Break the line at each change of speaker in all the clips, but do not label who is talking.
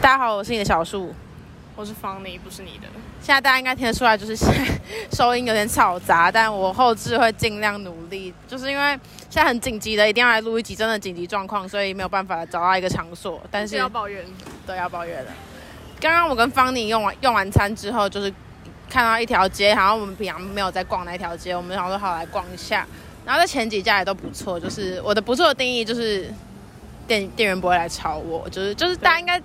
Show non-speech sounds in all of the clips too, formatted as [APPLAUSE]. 大家好，我是你的小树。
我是方妮，不是你的。
现在大家应该听得出来，就是现在 [LAUGHS] 收音有点吵杂，但我后置会尽量努力，就是因为现在很紧急的，一定要来录一集，真的紧急状况，所以没有办法找到一个场所。但
不
是
要抱怨，
对，要抱怨了。刚刚我跟方宁用完用完餐之后，就是看到一条街，好像我们平常没有在逛那条街，我们想说好来逛一下。然后在前几家也都不错，就是我的不错的定义就是店店员不会来吵我，就是就是大家应该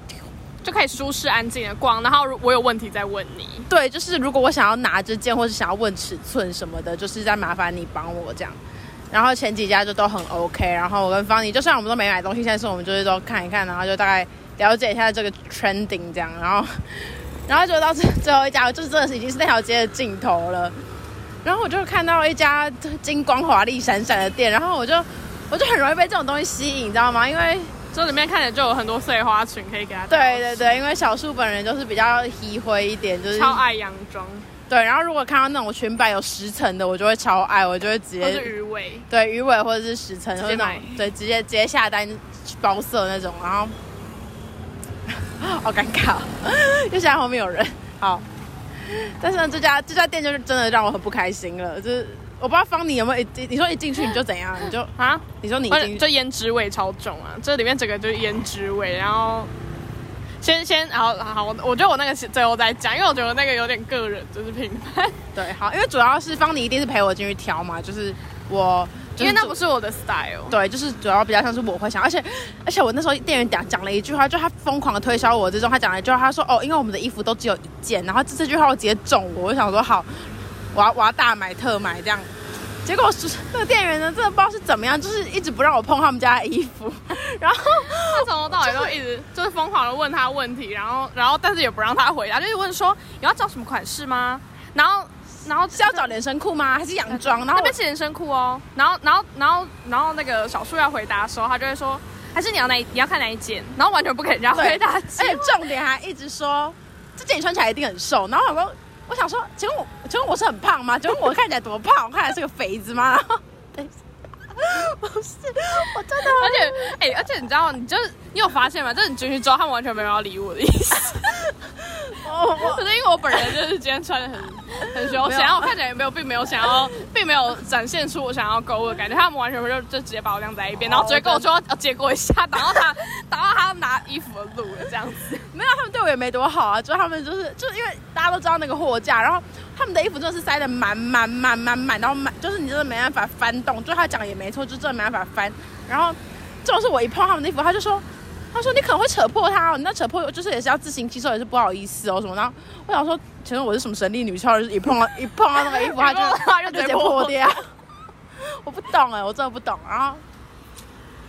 就可以舒适安静的逛。然后如我有问题再问你。
对，就是如果我想要拿这件，或是想要问尺寸什么的，就是在麻烦你帮我这样。然后前几家就都很 OK，然后我跟方妮，就算我们都没买东西，但是我们就是都看一看，然后就大概了解一下这个 trending 这样，然后然后就到最最后一家，就是真的是已经是那条街的尽头了。然后我就看到一家金光华丽闪闪的店，然后我就 [LAUGHS] 我就很容易被这种东西吸引，你知道吗？因为
这里面看起来就有很多碎花裙可以给他。
对对，对，因为小树本人就是比较 [LAUGHS] 稀灰一点，就是
超爱洋装
对，然后如果看到那种裙摆有十层的，我就会超爱，我就会直
或是
接
鱼尾，
对鱼尾或者是十层，
直
或
接
者那
买
种对直接直接下单包色那种，然
[LAUGHS]
后好尴尬、哦，又想到后面有人好，但是呢，这家这家店就是真的让我很不开心了，就是我不知道方你有没有一进你说一进去你就怎样，你就
啊，
你说你
而
一
且
进
这
去
胭脂味超重啊！这里面整个就是胭脂味，然后。先先，好好，我我觉得我那个是最后再讲，因为我觉得那个有点个人，就是评判，
对好，因为主要是方你一定是陪我进去挑嘛，就是我。就
因为那
主
不是我的 style。
对，就是主要比较像是我会想，而且而且我那时候店员讲讲了一句话，就他疯狂的推销我之中，他讲了一句话，他说哦，因为我们的衣服都只有一件，然后这这句话我直接中我，我就想说好，我要我要大买特买这样。结果是那个店员呢，真的不知道是怎么样，就是一直不让我碰他们家的衣服， [LAUGHS] 然后
他从头到尾都一直就是疯狂的问他问题，然后然后但是也不让他回答，就是问说你要找什么款式吗？然后然后
是要找连身裤吗？还是洋装？然后
那边是连身裤哦，然后然后然后然后那个小树要回答的时候，他就会说还是你要哪一你要看哪一件，然后完全不给人家
对
回答，
而且哎重点还一直说这件你穿起来一定很瘦，然后我想说我想说，请问我请问我是很胖吗？请问我看起来多胖？我看起来是个肥子吗？然后等一下不是，我真的
[LAUGHS] 而且哎、而且你知道你就是你有发现吗？就是你进去之后，他们完全没有要理我的意思，
我我
[LAUGHS] 可是因为我本人就是今天穿的很很休闲，然后我看起来也没有并没有想要，并没有展现出我想要购物的感觉，他们完全就就直接把我晾在一边，然后直接跟我说要接过一下，挡到他挡到他拿衣服的路了这样子。
[LAUGHS] 没有，他们对我也没多好啊，就他们就是就是因为大家都知道那个货架，然后他们的衣服真的是塞得满满满满满到满，就是你真的没办法翻动，就他讲也没错，就真的没办法翻。然后这种是我一碰他们的衣服，他就说。他说：“你可能会扯破它哦，你那扯破就是也是要自行吸收，也是不好意思哦什么。”然后我想说，请问我是什么神力女超人？就是一碰到一碰到那个衣服，它就
它就
它
直接
直接破掉。我不懂哎、我真的不懂。然后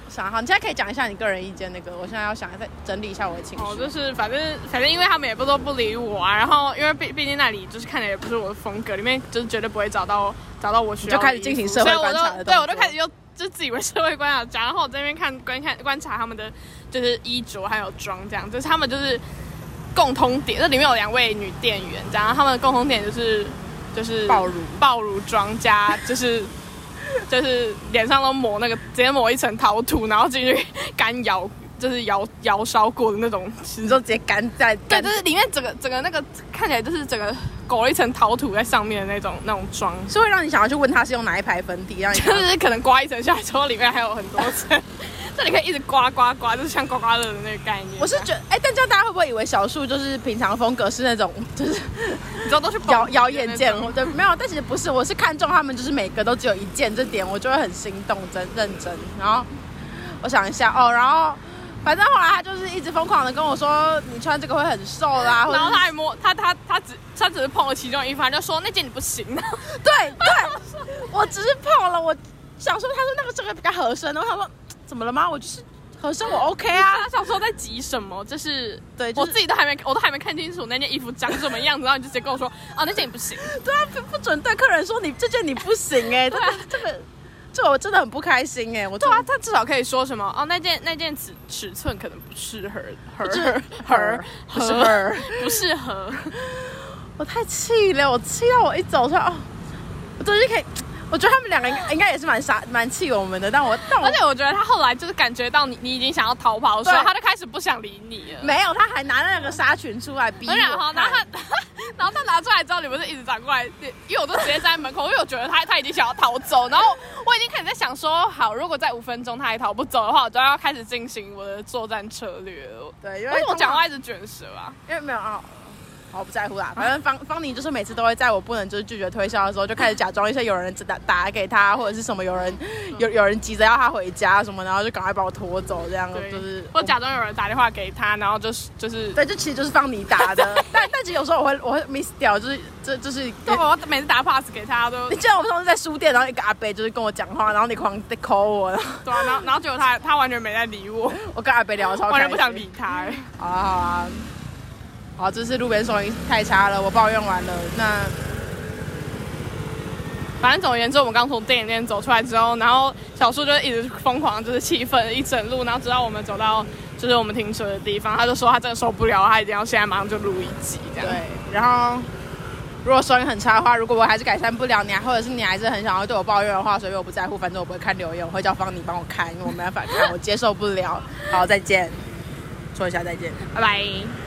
我想好，你现在可以讲一下你个人意见那个，我现在要想再整理一下我的情绪。
哦，就是反正反正，因为他们也不都不理我啊，然后因为毕毕竟那里就是看起来也不是我的风格，里面就是绝对不会找到找到我需
你
要的
就开始进行社会
衣服所以我
观察
就
的动作
对我就开始又就自以为社会观察家，然后我在那边看观看观察他们的就是衣着还有妆这样，就是他们就是共通点，这里面有两位女店员这样，他们的共通点就是就是
暴乳
暴乳妆加就是。 [LAUGHS] 就是脸上都抹那个，直接抹一层陶土，然后进去 [LAUGHS] 干窑，就是窑窑烧过的那种
你就直接干在
对，
干
就是里面整个整个那个看起来就是整个裹了一层陶土在上面的那种那种妆，
是会让你想要去问他是用哪一排粉底，让你
[LAUGHS] 就
想要
是可能刮一层下来之后，里面还有很多层， [LAUGHS] 这里可以一直刮刮刮，就是像刮刮乐的那个概念。
我是觉得，哎、但这样大家会不会以为小树就是平常风格是那种就是
你知道都去
摇摇眼
见
见？对，没有，但其实不是，我是看中他们就是每个都只有一件这点，我就会很心动，真认真。然后我想一下哦，然后反正后来他就是一直疯狂的跟我说，你穿这个会很瘦
[LAUGHS]
啊啦，或者
然后他
是
还摸他他他只他只是碰了其中一方，就说那件你不行。 [LAUGHS]
对对，我只是碰了，我想说他说那个这个比较合身，然后他说怎么了吗？我就是合身，我 OK
对
啊。
他想说在急什么？就是
对就是
我自己都还没我都还没看清楚那件衣服长什么样子，然后你就直接跟我说啊那件你不行。
对啊，不不准对客人说你这件你不行哎、欸，这个这个这我真的很不开心哎、我
对
对
啊，他至少可以说什么哦，那件那件尺尺寸可能不适合，合
是
合
合不是 [LAUGHS] 合，
不适合。
我太气了，我气到我一走出来哦，我终于可以，我觉得他们两个应该应该也是蛮傻蛮气我们的，但我但我
而且我觉得他后来就是感觉到你你已经想要逃跑的时候，
对啊
他就开始不想理你了。
没有，他还拿那个纱裙出来逼我
而且哈，
看
然后他，然后他拿出来之后，你不是一直转过来，因为我就直接站在门口，因为 [LAUGHS] 我觉得他他已经想要逃走，然后我已经开始在想说，好，如果在五分钟他还逃不走的话，我就要开始进行我的作战策略了。
对，因
为什么
通常
讲话一直卷舌啊？
因为没有啊。好我不在乎啦，反正方方宁就是每次都会在我不能就是拒绝推销的时候，就开始假装一些有人打打给他，或者是什么有人有有人急着要他回家什么，然后就赶快把我拖走，这样就是
我假装有人打电话给他，然后就是就是，
对，就其实就是方宁打的，
[LAUGHS]
但但其实有时候我会我会 miss 掉，就是这就是
对，我每次打 pass 给他都
你记得我们上次在书店，然后一个阿伯就是跟我讲话，然后你狂在 call 我， [LAUGHS] 然后
对啊，然后然后结果他他完全没在理我，
我跟阿伯 [LAUGHS] 聊得超开
完
心，
全不想理他、欸。 [LAUGHS]
好啊，好啊，好，这次路边收银太差了，我抱怨完了。那
反正总而言之，我们刚从电影院走出来之后，然后小树就一直疯狂，就是气愤一整路，然后直到我们走到就是我们停车的地方，他就说他真的受不了，他一定要现在马上就录一集这样。
对，然后如果收音很差的话，如果我还是改善不了你还，或者是你还是很想要对我抱怨的话，所以我不在乎，反正我不会看留言，我会叫方你帮我看，因为我没办法看，我接受不了。好，再见，说一下再见。
拜拜。